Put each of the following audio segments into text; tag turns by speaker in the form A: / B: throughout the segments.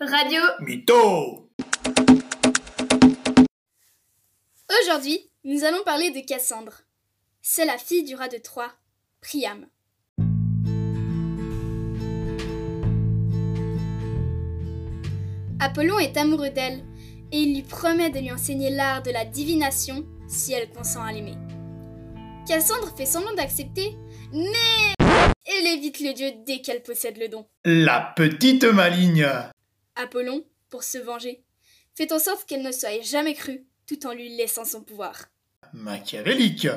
A: Radio.
B: Mytho
A: Aujourd'hui, nous allons parler de Cassandre. C'est la fille du roi de Troie, Priam. Apollon est amoureux d'elle et il lui promet de lui enseigner l'art de la divination si elle consent à l'aimer. Cassandre fait semblant d'accepter, mais elle évite le dieu dès qu'elle possède le don.
B: La petite maligne
A: Apollon, pour se venger, fait en sorte qu'elle ne soit jamais crue tout en lui laissant son pouvoir.
B: Machiavélique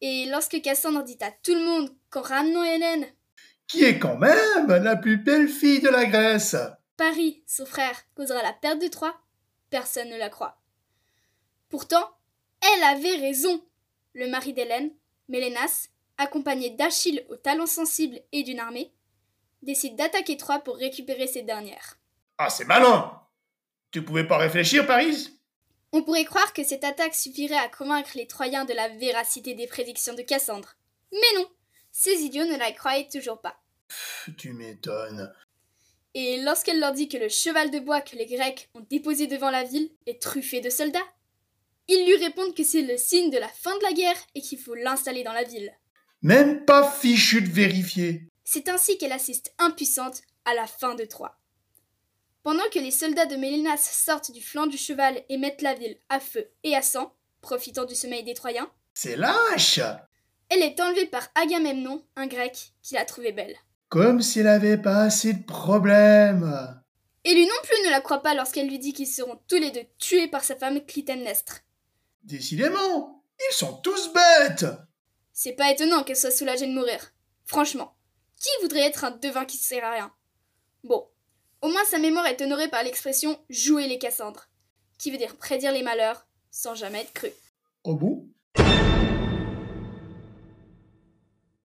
A: Et lorsque Cassandre dit à tout le monde qu'en ramenant Hélène,
B: Qui est quand même la plus belle fille de la Grèce
A: Paris, son frère, causera la perte de Troie, personne ne la croit. Pourtant, elle avait raison. Le mari d'Hélène, Mélénas, accompagné d'Achille aux talents sensibles et d'une armée, décide d'attaquer Troie pour récupérer ces dernières.
B: Ah, c'est malin Tu pouvais pas réfléchir, Paris
A: On pourrait croire que cette attaque suffirait à convaincre les Troyens de la véracité des prédictions de Cassandre. Mais non, ces idiots ne la croyaient toujours pas.
B: Pff, Tu m'étonnes.
A: Et lorsqu'elle leur dit que le cheval de bois que les Grecs ont déposé devant la ville est truffé de soldats, ils lui répondent que c'est le signe de la fin de la guerre et qu'il faut l'installer dans la ville.
B: Même pas fichu de vérifier.
A: C'est ainsi qu'elle assiste impuissante à la fin de Troie. Pendant que les soldats de Mélénas sortent du flanc du cheval et mettent la ville à feu et à sang, profitant du sommeil des Troyens,
B: C'est lâche
A: elle est enlevée par Agamemnon, un grec, qui l'a trouvée belle.
B: Comme s'il avait pas assez de problèmes.
A: Et lui non plus ne la croit pas lorsqu'elle lui dit qu'ils seront tous les deux tués par sa femme Clytemnestre.
B: Décidément, ils sont tous bêtes
A: C'est pas étonnant qu'elle soit soulagée de mourir. Franchement, qui voudrait être un devin qui sert à rien Bon, au moins sa mémoire est honorée par l'expression jouer les Cassandres, qui veut dire prédire les malheurs sans jamais être cru.
B: Oh bon